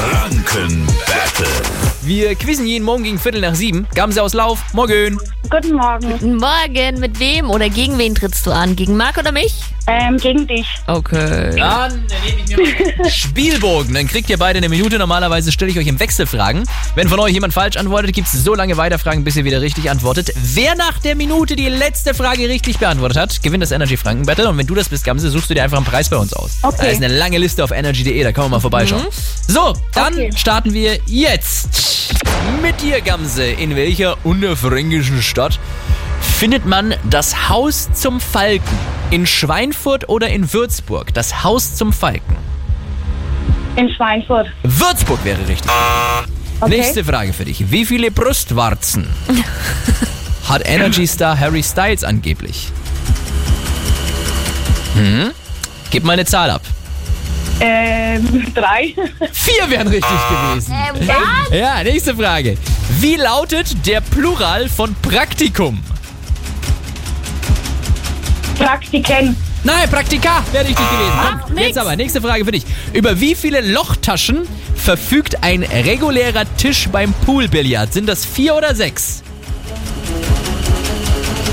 Franken Battle. Wir quizzen jeden Morgen gegen Viertel nach sieben. Gamse aus Lauf, morgen. Guten Morgen. Guten Morgen, mit wem oder gegen wen trittst du an? Gegen Marc oder mich? Ähm, gegen dich. Okay. Dann nehme ich mir mal Spielbogen. Dann kriegt ihr beide eine Minute. Normalerweise stelle ich euch im Wechsel Fragen. Wenn von euch jemand falsch antwortet, gibt es so lange weiter Fragen, bis ihr wieder richtig antwortet. Wer nach der Minute die letzte Frage richtig beantwortet hat, gewinnt das Energy Franken Battle. Und wenn du das bist, Gamse, suchst du dir einfach einen Preis bei uns aus. Okay. Mhm. Da ist eine lange Liste auf energy.de. Da kann man mal vorbeischauen. So, dann Okay. starten wir jetzt. Mit dir, Gamse, in welcher unterfränkischen Stadt findet man das Haus zum Falken? In Schweinfurt oder in Würzburg? Das Haus zum Falken. In Schweinfurt. Würzburg wäre richtig. Okay. Nächste Frage für dich. Wie viele Brustwarzen hat Energy Star Harry Styles angeblich? Hm? Gib mal eine Zahl ab. Ähm, drei. Vier wären richtig gewesen. Ähm, was? Ja, nächste Frage. Wie lautet der Plural von Praktikum? Praktiken. Nein, Praktika wäre richtig gewesen. Ach, Komm, nix. Jetzt aber, nächste Frage für dich. Über wie viele Lochtaschen verfügt ein regulärer Tisch beim Poolbillard? Sind das vier oder sechs?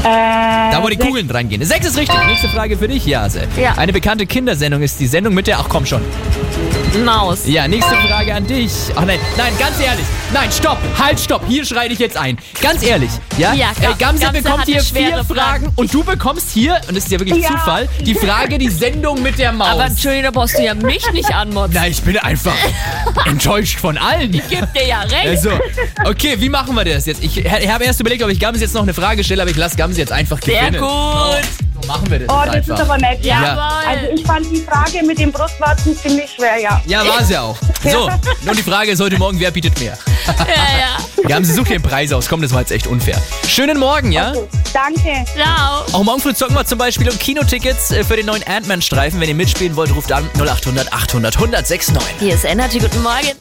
Äh, Da, wo die Kugeln dran gehen. Sechs ist richtig. Nächste Frage für dich, Jase. Ja. Eine bekannte Kindersendung ist die Sendung mit der... Ach, komm schon. Maus. Ja, nächste Frage an dich. Ach nein, nein, ganz ehrlich. Nein, stopp, halt, stopp. Hier schreie ich jetzt ein. Ganz ehrlich, ja? Ja, äh, Gamse, Gamse bekommt hatte hier vier schwere Fragen. Fragen. und du bekommst hier, und das ist ja wirklich Ja. Zufall, die Frage, die Sendung mit der Maus. Aber Entschuldigung, da brauchst du ja mich nicht anmotzen. Na, ich bin einfach enttäuscht von allen. Gib dir ja recht. Also, okay, wie machen wir das jetzt? Ich, ich habe erst überlegt, ob ich Gams jetzt noch eine Frage stelle, aber ich lasse Gams jetzt einfach Sehr gewinnen. gut. So machen wir das oh, jetzt das ist einfach. aber nett. Ja. Also Jawohl. ich fand die Frage mit dem Brustwarzen ziemlich schwer, ja. ja, war es ja auch. So, nun die Frage ist heute Morgen, wer bietet mehr? Ja, ja. Gams, such dir den Preis aus. Komm, das war jetzt echt unfair. Schönen Morgen, ja? Gut, danke. Ciao. Auch morgen früh zocken wir zum Beispiel um Kinotickets äh, für den neuen Ant-Man-Streifen. Wenn ihr mitspielen wollt, ruft an 0800 800 1069. Hier ist Energy. Guten Morgen.